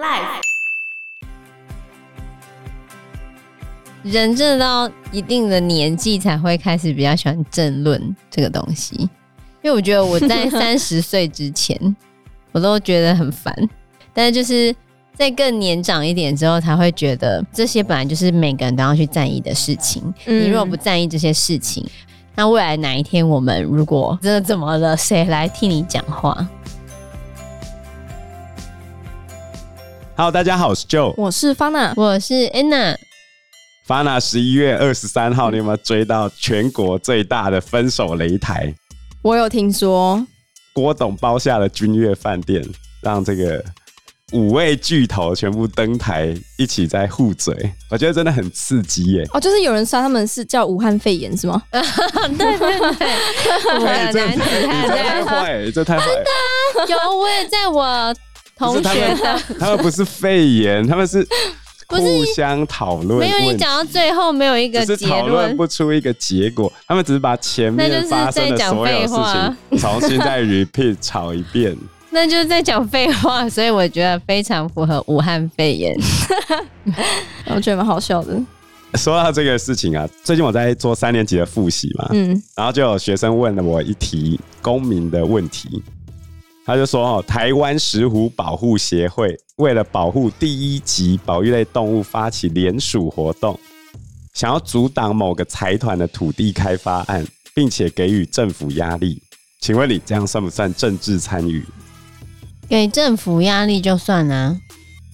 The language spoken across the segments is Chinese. life。人真的到一定的年纪才会开始比较喜欢政论这个东西，因为我觉得我在 三十岁之前，我都觉得很烦，但是就是在更年长一点之后，才会觉得这些本来就是每个人都要去在意的事情。嗯你如果不在意这些事情，那未来哪一天我们如果真的怎么了，谁来替你讲话？ Hello，大家好，我是 Joe。我是方娜，我是 Anna， Fana 十一月二十三号，你有没有追到全国最大的分手擂台？我有听说，郭董包下了君悦饭店，让这个五位巨头全部登台，一起在互嘴。我觉得真的很刺激 耶！哦，就是有人杀他们是叫武汉肺炎是吗？ 对对 对，我哎的这男你子汉这太对。坏，这太坏。有，我也在我同不学是的。他们不是肺炎，他们是不是互相讨论没有，你问题。讲到最后没有一个只是结讨论论，不出一个结果，他们只是把前那就面是发生在的讲所有废事话情重新再 repeat 吵一遍。那就是在讲废话，所以我觉得非常符合武汉肺 炎。呃我觉得蛮好笑的。说到这个事情啊，最近我在做三年级的复习嘛，嗯，然后就有学生问了我一题公民的问题，他就说哦，台湾石虎保护协会为了保护第一级保育类动物发起联署活动，想要阻挡某个财团的土地开发案，并且给予政府压力。请问你这样算不算政治参与？给政府压力就算了、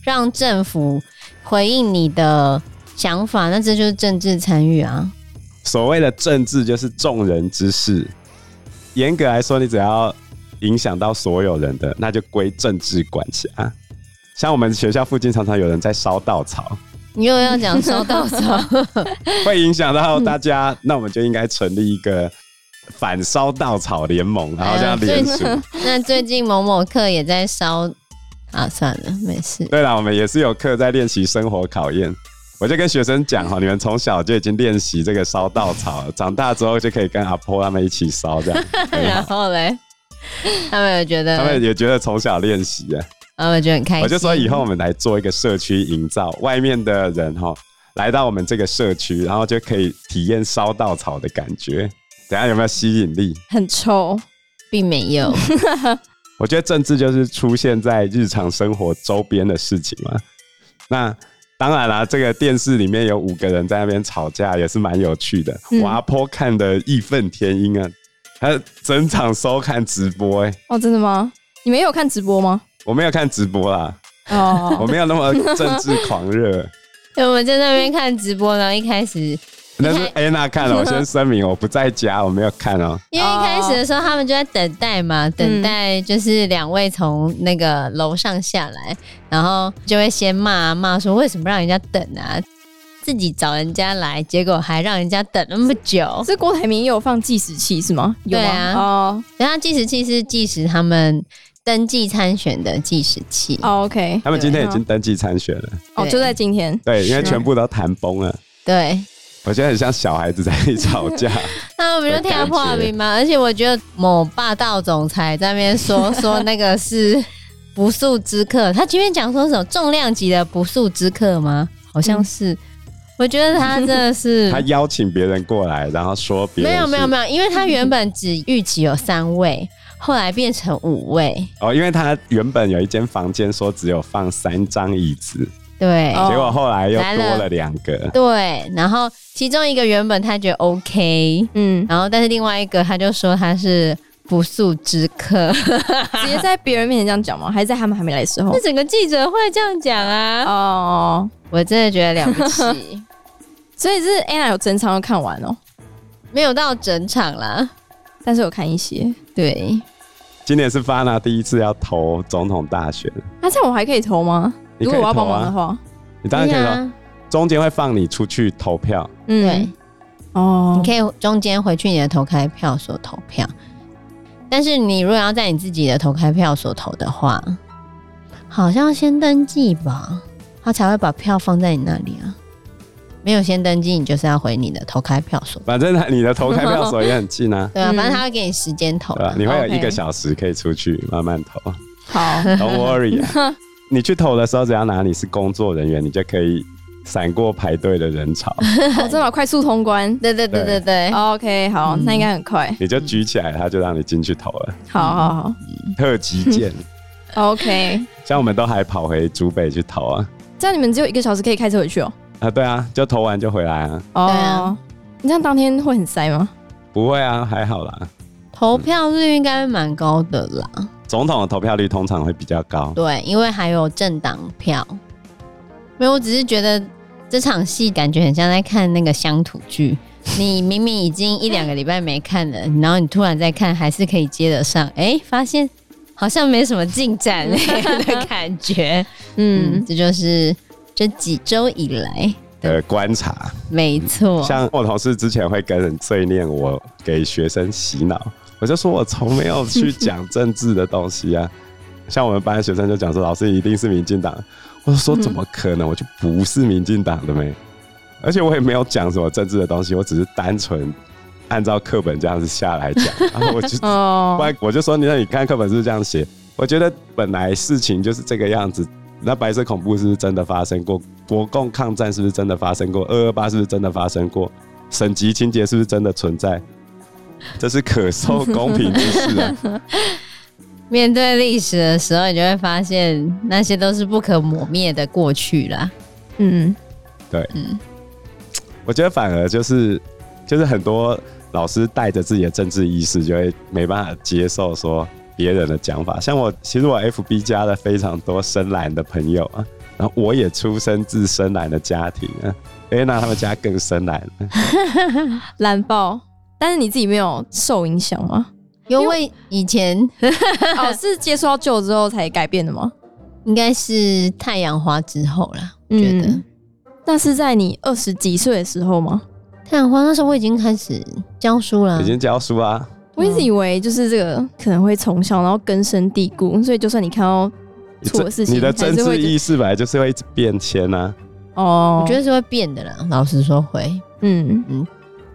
让政府回应你的想法，那这就是政治参与啊。所谓的政治就是众人之事，严格来说，你只要影响到所有人的，那就归政治管辖。像我们学校附近常常有人在烧稻草，你又要讲收到手， 会影响到大家，那我们就应该成立一个反烧稻草联盟，然后这样联署。那最近某某课也在烧啊，算了，没事。对了，我们也是有课在练习生活考验。我就跟学生讲哦哈，你们从小就已经练习这个烧稻草了，长大之后就可以跟阿婆他们一起烧，这样很然好。后嘞，他们有觉得，他们也觉得从小练习啊。他们就很开心。我就说以后我们来做一个社区营造，外面的人哈来到我们这个社区，然后就可以体验烧稻草的感觉。等一下有没有吸引力？很臭。并没有。我觉得政治就是出现在日常生活周边的事情嘛。那当然啦，这个电视里面有五个人在那边吵架，也是蛮有趣的。嗯我阿婆看的义愤填膺啊，她整场收看直播、欸，哦，真的吗？你们也有看直播吗？我没有看直 播啦，我 哦，没有那么政治狂热。对，我们在那边看直播，然后一开始，那是 安娜看了，我先声明，我不在家，我没有看哦。因为一开始的时候他们就在等待嘛，等待就是两位从那个楼上下来，然后就会先骂啊骂说为什么让人家等啊，自己找人家来，结果还让人家等那么久。这郭台铭也有放计时器是吗？有对吗？啊哦然后计时器是计时他们登记参选的计时器，哦，OK，他们今天已经登记参选了，哦，对就在今天。对，因为是全部都谈崩了。对。我觉得很像小孩子在 吵 架，那我们就跳破啊冰嘛，而且我觉得某霸道总裁在那边说 说那个是不速之客，他前面讲说什么重量级的不速之客吗？好像是，我觉得他真的 是嗯他邀请别人过来，然后说别人没有是没有没有，因为他原本只预期有三位，后来变成五位，哦，因为他原本有一间房间说只有放三张椅子，对、哦结果后来又来多了了两个。对，然后其中一个原本他觉得 OK，嗯，然后但是另外一个他就说他是不速之 客，直接在别人面前这样讲吗？还是在他们还没来的时 候那？整个记者会这样讲啊。哦，我真的觉得了不 起，所以是 Anna 有整场都看完哦，没有到整场啦。但是有看一些。对，今年是发娜第一次要投总统大选，那、啊这样我还可以投吗？你如果可以我要投帮忙的啊，话，你当然可以对投，啊中间会放你出去投票。嗯，对，哦，你可以中间回去你的投开票所投票，但是你如果要在你自己的投开票所投的话，好像先登记吧，他才会把票放在你那里啊。没有先登记，你就是要回你的投开票所。，反正 他你的投开票所也很近 啊对啊，嗯反正他会给你时间投对吧？你会有一啊 OK 个小时可以出去慢慢投。好， Don't worry 啊、你去投的时候，只要拿你是工作人员，你就可以闪过排队的人潮，哦，真的好快速通关。对对对对对， OK，好，那应该很快。你就举起来，他就让你进去投了。好好特级舰，好，OK。像我们都还跑回竹北去投啊这样你们只有一个小时可以开车回去哦。啊，对啊，就投完就回来啊，哦、啊你这样当天会很塞吗？不会啊，还好啦。投票率应该蛮高的啦。总统的投票率通常会比较高，对，因为还有政党票。没有，我只是觉得这场戏感觉很像在看那个乡土剧。你明明已经一两个礼拜没看了，然后你突然再看，还是可以接得上。哎、发现好像没什么进展 的感觉。嗯，嗯，这就是这几周以来，呃，观察。没错，像我同事之前会跟人碎念我给学生洗脑，我就说我从没有去讲政治的东西啊。 像我们班的学生就讲说，老师一定是民进党，我就说怎么可能，我就不是民进党的没，而且我也没有讲什么政治的东西，我只是单纯按照课本这样子下来讲，然后我就哦、不然我就说你，那你看课本是不是这样写？我觉得本来事情就是这个样子。那白色恐怖是不是真的发生过？国共抗战是不是真的发生过？二二八是不是真的发生过？省级情节是不是真的存在？这是可受公平之事啊！面对历史的时候，你就会发现那些都是不可磨灭的过去啦。嗯，我觉得反而就是就是很多老师带着自己的政治意识，就会没办法接受说别人的讲法。像我，其实我 FB 加了非常多深蓝的朋友啊，然后我也出生自深蓝的家庭啊。a n 他们家更深蓝，蓝豹。但是你自己没有受影响吗？因为以前 哦，是接触到旧之后才改变的吗？应该是太阳花之后啦，我觉得、嗯那是在你二十几岁的时候吗？太阳花那时候我已经开始教书啦已，经教书啊，我一直以为就是这个可能会从小然后根深蒂固，所以就算你看到错的事情你的政还是治会意识本来就是会一直变迁啊。哦，我觉得是会变的啦。老实说会，嗯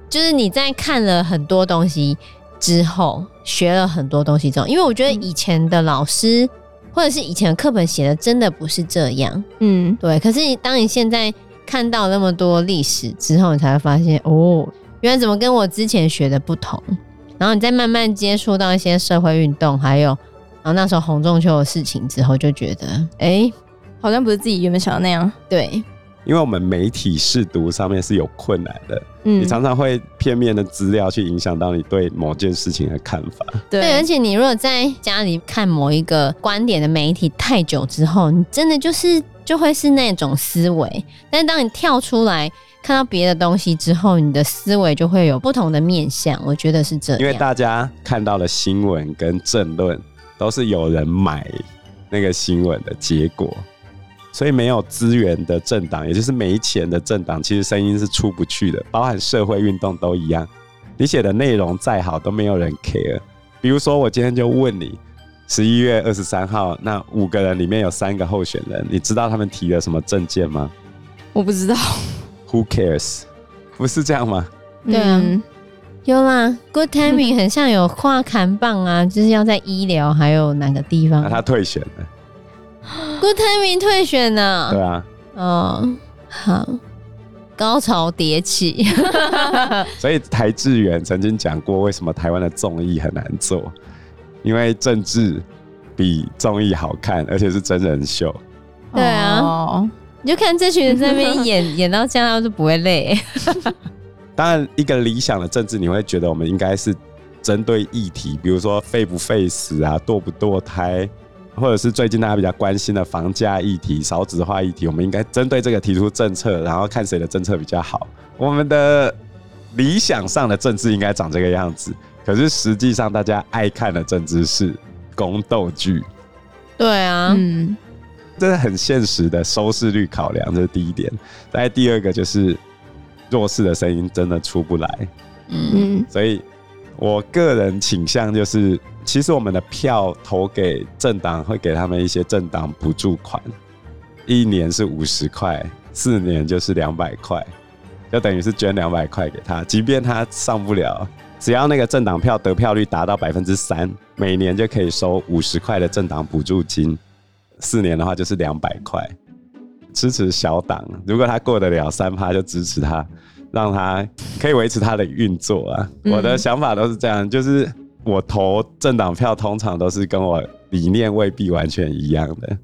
就是你在看了很多东西之后，学了很多东西之后，因为我觉得嗯以前的老师或者是以前的课本写的真的不是这样，嗯对。可是你当你现在看到那么多历史之后，你才会发现哦，原来怎么跟我之前学的不同。然后你再慢慢接触到一些社会运动，还有然后那时候洪仲秋的事情之后，就觉得哎、诶好像不是自己原本想的那样。对，因为我们媒体试读上面是有困难的，嗯你常常会片面的资料去影响到你对某件事情的看法。对，而对，且你如果在家里看某一个观点的媒体太久之后，你真的就是就会是那种思维。但是当你跳出来看到别的东西之后，你的思维就会有不同的面向。我觉得是这因为样。大家看到的新闻跟政论都是有人买那个新闻的结果，所以没有资源的政党，也就是没钱的政党，其实声音是出不去的，包含社会运动都一样。你写的内容再好，都没有人 care。比如说，我今天就问你，十一月二十三号那五个人里面有三个候选人，你知道他们提了什么证件吗我不知道。 ？Who cares？不是这样吗？对啊嗯有啦，Good Timing 很像有跨砍棒啊，就是要在医疗还有哪个地那、方啊啊他退选了， ？Good Timing 退选呢、对啊。哦，好，高潮迭起。 所以台志远曾经讲过，为什么台湾的综艺很难做，因为政治比综艺好看，而且是真人秀。对啊哦你就看这群人在那边 演演到这样，他们都不会累、当然，一个理想的政治，你会觉得我们应该是针对议题，比如说废不废死啊，堕不堕胎，或者是最近大家比较关心的房价议题、少子化议题，我们应该针对这个提出政策，然后看谁的政策比较好。我们的理想上的政治应该长这个样子，可是实际上大家爱看的政治是宫斗剧。对啊嗯这是很现实的收视率考量，这是第一点。再第二个就是弱势的声音真的出不来，嗯，嗯所以我个人倾向就是，其实我们的票投给政党会给他们一些政党补助款，一年是五十块，四年就是两百块，就等于是捐两百块给他，即便他上不了。只要那个政党票得票率达到百分之三，每年就可以收五十块的政党补助金。四年的话就是两百块，支持小党。如果他过得了三趴，就支持他，让他可以维持他的运作啊。嗯我的想法都是这样，就是我投政党票通常都是跟我理念未必完全一样的，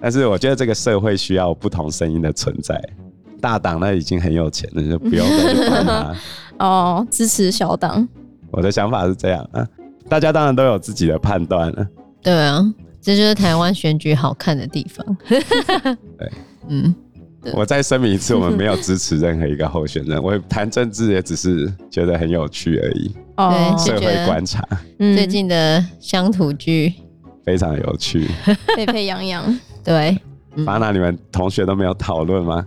但是我觉得这个社会需要不同声音的存在。大党那已经很有钱了，就不用再去管他。哦，支持小党，我的想法是这样啊，大家当然都有自己的判断了、对啊，这就是台湾选举好看的地方。对， 嗯，我再声明一次，我们没有支持任何一个候选 人。我谈政治也只是觉得很有趣而已，哦，对社是会观察嗯最近的乡土剧，非常有趣。 沸沸扬扬，对，嗯巴拿，你们同学都没有讨论吗？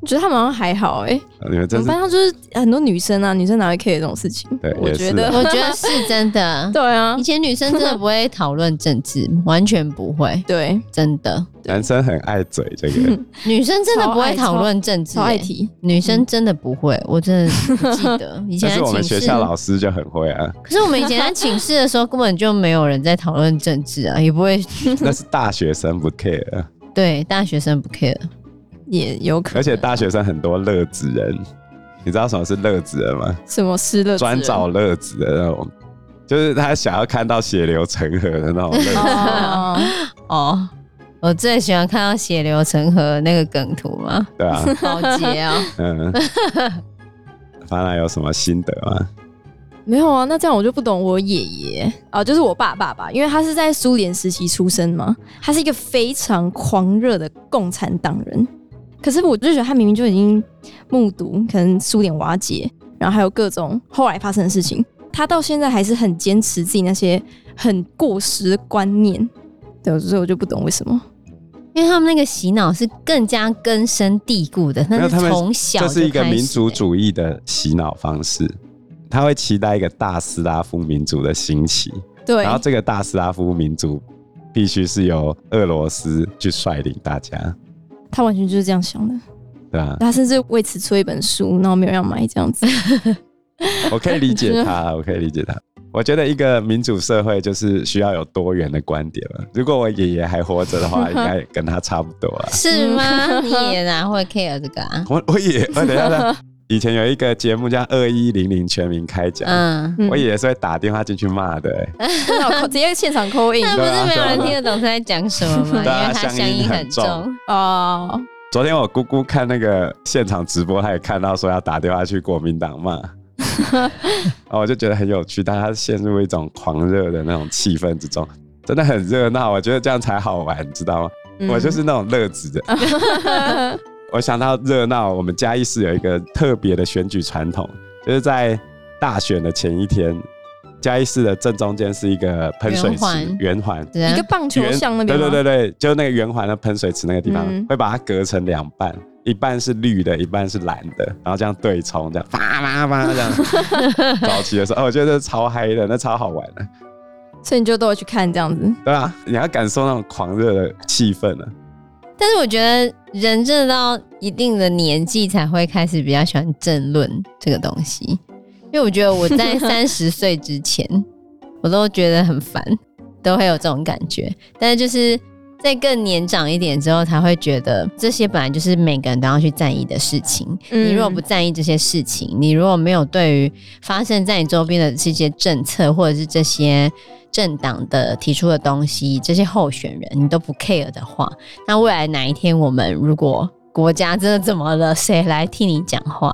我觉得他们好像还好哎、你们我真们是班上就是很多女生啊，女生哪会 care 这种事情？对我也觉是啊得。我觉得是真的 对啊以，前女生真的不会讨论政治，完全不会，对，真的。男生很爱嘴 这个，女生真的不会讨论政治、超欸爱嗯提，女生真的不会，我真的不记 得以前但在是我们寝学室，校老师就很 会啊， 可是我们以前在寝室的时候根本就没有人在讨论政治啊，也不会那是大学生不 care，对大学生不 care，也有可能，而且大学生很多乐子人，你知道什么是乐子人吗？什么失乐之人专找 乐子的那种，就是他想要看到血流成河的那种 乐子。哦，哦。我最喜欢看到血流成河那个梗图嘛，对啊， 好杰哦，嗯，凡兰有什么心得吗？没有啊，那这样我就不懂我爷爷啊，就是我爸爸吧，因为他是在苏联时期出生嘛，他是一个非常狂热的共产党人。可是我就觉得他明明就已经目睹可能苏联瓦解，然后还有各种后来发生的事情，他到现在还是很坚持自己那些很过时的观念。对，所以我就不懂为什么。因为他们那个洗脑是更加根深蒂固的，没那有是他们从小这就是一个开始民族欸主义的洗脑方式，他会期待一个大斯拉夫民族的兴起，对然，后这个大斯拉夫民族必须是由俄罗斯去率领大家，他完全就是这样想的。对吧、他甚至为此出一本书，然后没有人要买这样 子。我可以理解 他，我可以理解他。我觉得一个民主社会就是需要有多元的观点嘛。如果我爷爷还活着 的话，应该跟他差不多啊。是 吗？你也哪会 care 这个啊？我我爷，我等一下等 一下，以前有一个节目叫《二一零零全民开讲》，嗯， 嗯我爷爷是会打电话进去骂的、欸，真的有直接现场 扣印那不是没有啊人听得懂他在讲什么吗？因对啊为他乡音很乡音很重。哦，昨天我姑姑看那个现场直播，她也看到说要打电话去国民党骂，哦，我就觉得很有趣，大家陷入一种狂热的那种气氛之中，真的很热闹，我觉得这样才好玩，你知道吗？嗯我就是那种乐子的。我想到热闹，我们嘉义市有一个特别的选举传统，就是在大选的前一天，嘉义市的正中间是一个喷水池圆环，对啊一个棒球圆像那边对吗，对对对，就那个圆环的喷水池那个地方，嗯会把它隔成两半，一半是绿的，一半是蓝的，然后这样对冲，这样啪啪啪这样。 早期的时候，哦，我觉得超嗨的，那超好玩的，所以你就都会去看这样子。对吧、你要感受那种狂热的气氛啊。但是我觉得人真的到一定的年纪才会开始比较喜欢政论这个东西，因为我觉得我 在三十岁之前，我都觉得很烦，都会有这种感觉。但是就是在更年长一点之后，才会觉得这些本来就是每个人都要去在意的事情。嗯你如果不在意这些事情，你如果没有对于发生在你周边的这些政策或者是这些政党的提出的东西，这些候选人你都不 care 的话，那未来哪一天我们如果国家真的怎么了，谁来替你讲话？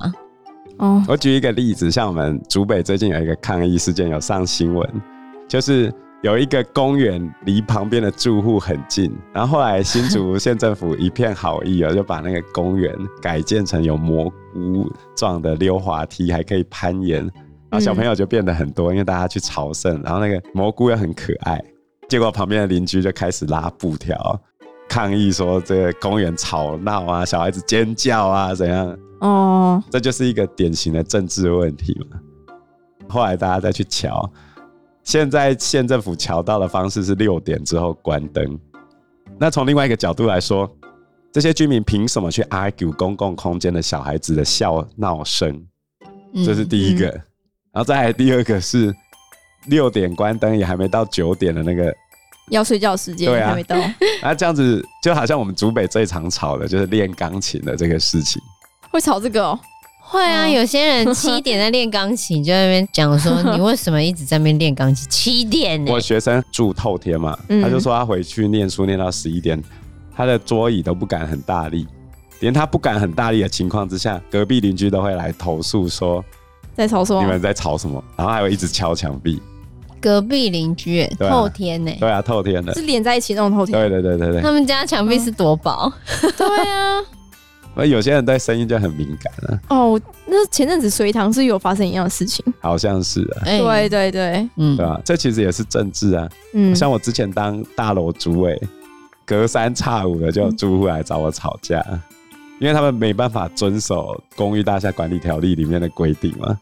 哦，我举一个例子，像我们竹北最近有一个抗议事件有上新闻，就是有一个公园离旁边的住户很近，然后后来新竹县政府一片好意哦，就把那个公园改建成有蘑菇状的溜滑梯，还可以攀岩，然后小朋友就变得很多，因为大家去朝圣，然后那个蘑菇又很可爱，结果旁边的邻居就开始拉布条。啊抗议说这个公园吵闹啊，小孩子尖叫啊，怎样？哦，这就是一个典型的政治问题嘛。后来大家再去瞧，现在县政府瞧到的方式是六点之后关灯。那从另外一个角度来说，这些居民凭什么去 argue 公共空间的小孩子的笑闹声？嗯这是第一个。然后再来第二个是六点关灯也还没到九点的那个要睡觉时间对啊还没到， 那这样子就好像我们竹北最常吵的就是练钢琴的这个事情。会吵这个哦。会啊，哦有些人七点在练钢琴，就在那边讲 说你为什么一直在那边练钢琴？七点呢、我学生住透天嘛，嗯他就说他回去念书念到十一点，他的桌椅都不敢很大力，连他不敢很大力的情况之下，隔壁邻居都会来投诉说在吵什你么？们在吵什么，然后还会一直敲墙壁。隔壁邻居、欸对啊透天呢、对啊，透天的， 是连在一起那种偷听？对对对对对他，们家墙壁是多薄，对啊，那有些人对声音就很敏感啊了、哦，那前阵子隋唐是有发生一样的事情。好像是啊，哎对，对对，嗯对啊吧、这其实也是政治啊，嗯，像我之前当大楼主委，隔三差五的就有住户来找我吵架，因为他们没办法遵守《公寓大厦管理条例》里面的规定嘛，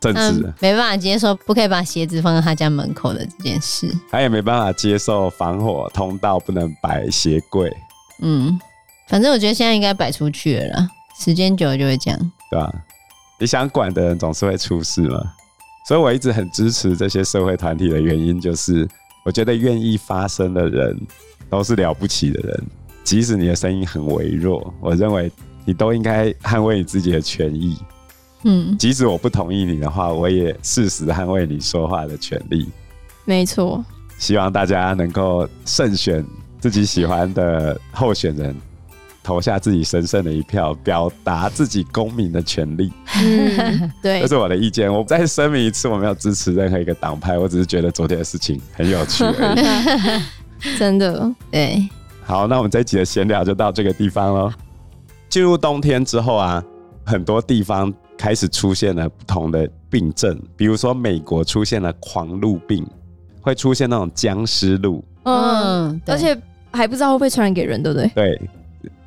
政治、嗯，没办法接受，不可以把鞋子放在他家门口的这件事。他也没办法接受防火通道不能摆鞋柜，嗯，反正我觉得现在应该摆出去了啦，时间久了就会这样。对吧？你想管的人总是会出事嘛，所以我一直很支持这些社会团体的原因就是，我觉得愿意发声的人都是了不起的人，即使你的声音很微弱，我认为你都应该捍卫你自己的权益。嗯，即使我不同意你的话，我也适时地捍卫你说话的权利。没 错，希望大家能够慎选自己喜欢的候选人，投下自己神圣的一票，表达自己公民的权利。嗯，对 这，是我的意见。我再声明一次，我没有支持任何一个党派，我只是觉得昨天的事情很有趣而 已。真的，对，好，那我们这一集的闲聊就到这个地方喽。进入冬天之后啊，很多地方开始出现了不同的病症，比如说美国出现了狂鹿病，会出现那种僵尸鹿。嗯，嗯，对而且还不知道会不会传染给人，对不对？对，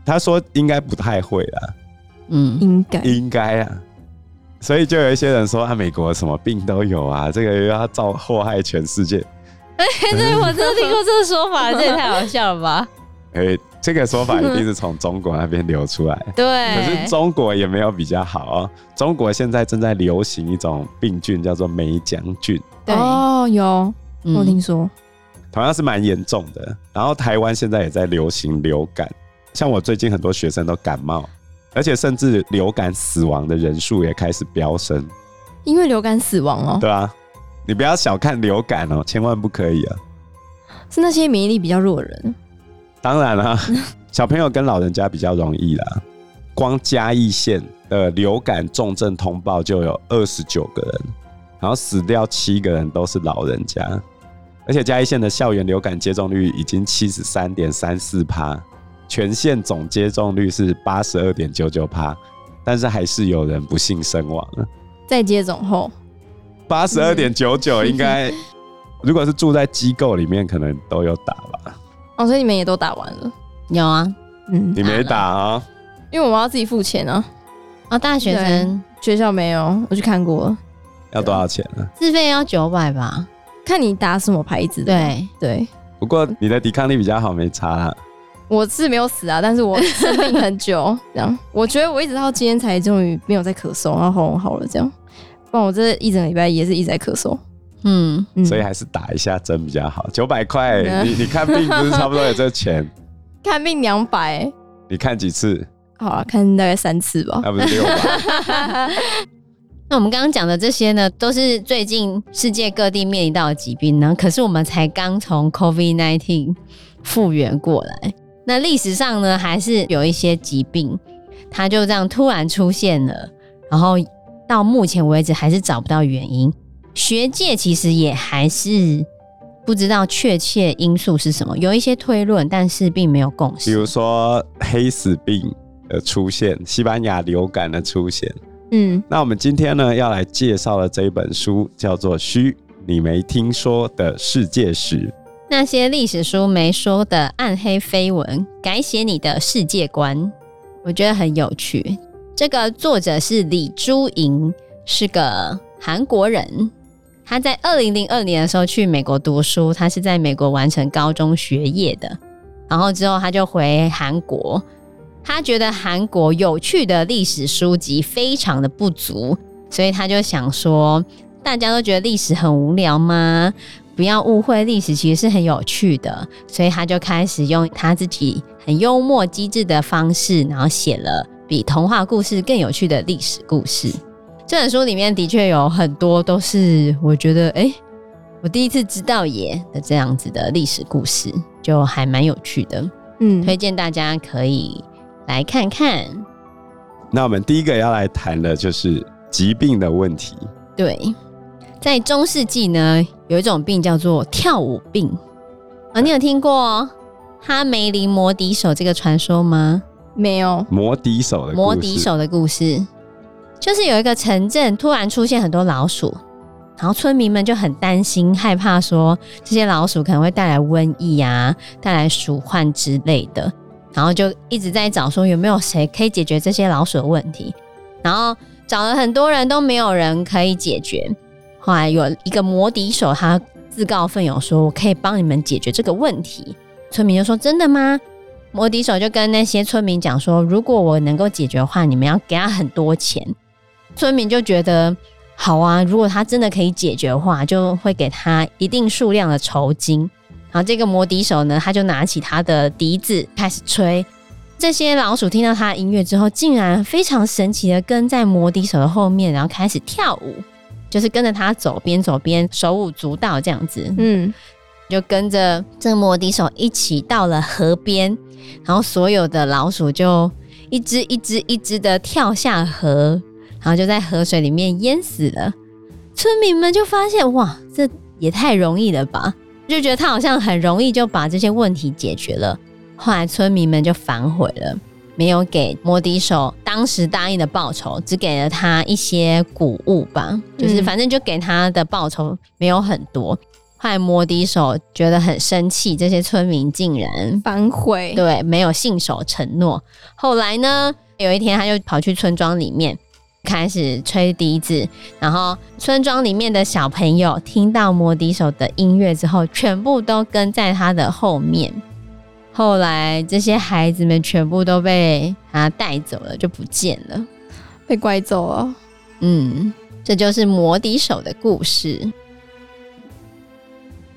他说应该不太会啦，嗯，应 该，应该啊。所以就有一些人说啊，美国什么病都有啊，这个又要造祸害全世界。 对我真的听过这个说 法，这也太好笑了吧？诶、哎这个说法一定是从中国那边流出来，可 对是，中国也没有比较好哦。中国现在正在流行一种病菌，叫做梅将菌，对，哦，有，我嗯听说，同样是蛮严重的。然后台湾现在也在流行流感，像我最近很多学生都感冒，而且甚至流感死亡的人数也开始飙升，因为流感死亡哦，对啊，你不要小看流感哦，千万不可以啊！是那些免疫力比较弱的人，当然啦、 小朋友跟老人家比较容易啦。光嘉义县的流感重症通报就有二十九个人，然后死掉七个人都是老人家，而且嘉义县的校园流感接种率已经七十三点三四趴，全县总接种率是八十二点九九趴，但是还是有人不幸身亡了。在接种后，八十二点九九应该，如果是住在机构里面，可能都有打吧。哦，所以你们也都打完了，有啊，嗯，你没打啊、因为我们要自己付钱啊，哦，大学生学校没有，我去看过了，要多少钱呢、自费要九百吧？看你打什么牌子的，对，对，不过你的抵抗力比较好，没差啦。我是没有死啊，但是我生病很久， 这样。我觉得我一直到今天才终于没有在咳嗽，然后喉咙好了，这样。不然我这一整个礼拜也是一直在咳嗽。嗯，嗯，所以还是打一下针比较好。九百块，嗯你你看病不是差不多有这钱？看病两百，你看几次？啊好啊，看大概三次吧。那不是六百？那我们刚刚讲的这些呢，都是最近世界各地面临到的疾病呢。可是我们才刚从 COVID 1 9复原过来，那历史上呢，还是有一些疾病，它就这样突然出现了，然后到目前为止还是找不到原因。学界其实也还是不知道确切因素是什么，有一些推论，但是并没有共比识如。说黑死病的出现，西班牙流感的出现。嗯，那我们今天呢，要来介绍的这一本书叫做《虚你没听说的世界史》。那些历史书没说的暗黑绯闻，改写你的世界观，我觉得很有趣。这个作者是李珠莹，是个韩国人。他在二零零二年的时候去美国读书，他是在美国完成高中学业的，然后之后他就回韩国。他觉得韩国有趣的历史书籍非常的不足，所以他就想说，大家都觉得历史很无聊吗？不要误会历史其实是很有趣的，所以他就开始用他自己很幽默机智的方式，然后写了比童话故事更有趣的历史故事。这本书里面的确有很多都是我觉得，哎、我第一次知道耶的这样子的历史故事，就还蛮有趣的，嗯，推荐大家可以来看看。那我们第一个要来谈的就是疾病的问题。对，在中世纪呢，有一种病叫做跳舞病啊、你有听过哈梅林摩笛手这个传说吗？没有，摩笛手的故事摩笛，手的故事，就是有一个城镇突然出现很多老鼠，然后村民们就很担心，害怕说这些老鼠可能会带来瘟疫啊，带来鼠患之类的，然后就一直在找说有没有谁可以解决这些老鼠的问题，然后找了很多人都没有人可以解决，后来有一个摩笛手他自告奋勇说：“我可以帮你们解决这个问题。”村民就说：“真的吗？”摩笛手就跟那些村民讲说：“如果我能够解决的话，你们要给他很多钱。”村民就觉得好啊，如果他真的可以解决的话，就会给他一定数量的酬金。然后这个摩笛手呢，他就拿起他的笛子开始吹。这些老鼠听到他的音乐之后，竟然非常神奇的跟在摩笛手的后面，然后开始跳舞，就是跟着他走，边走边手舞足蹈这样子。嗯，就跟着这个摩笛手一起到了河边，然后所有的老鼠就一只一只一只的跳下河，然后就在河水里面淹死了。村民们就发现，哇，这也太容易了吧！就觉得他好像很容易就把这些问题解决了。后来村民们就反悔了，没有给摩笛手当时答应的报酬，只给了他一些谷物吧，就是嗯反正就给他的报酬没有很多。后来摩笛手觉得很生气，这些村民竟然反悔，对没有信守承诺。后来呢，有一天他就跑去村庄里面开始吹笛子，然后村庄里面的小朋友听到摩笛手的音乐之后，全部都跟在他的后面。后来这些孩子们全部都被他带走了，就不见了。被拐走了。嗯，这就是摩笛手的故事。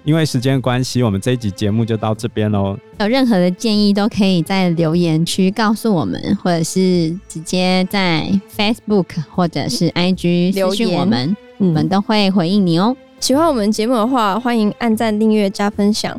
因为时间关系，我们这一集节目就到这边喽。有任何的建议都可以在留言区告诉我们，或者是直接在 Facebook 或者是 IG 嗯留私讯言我们，我们嗯，都会回应你哦。喜欢我们节目的话，欢迎按赞、订阅、加分享。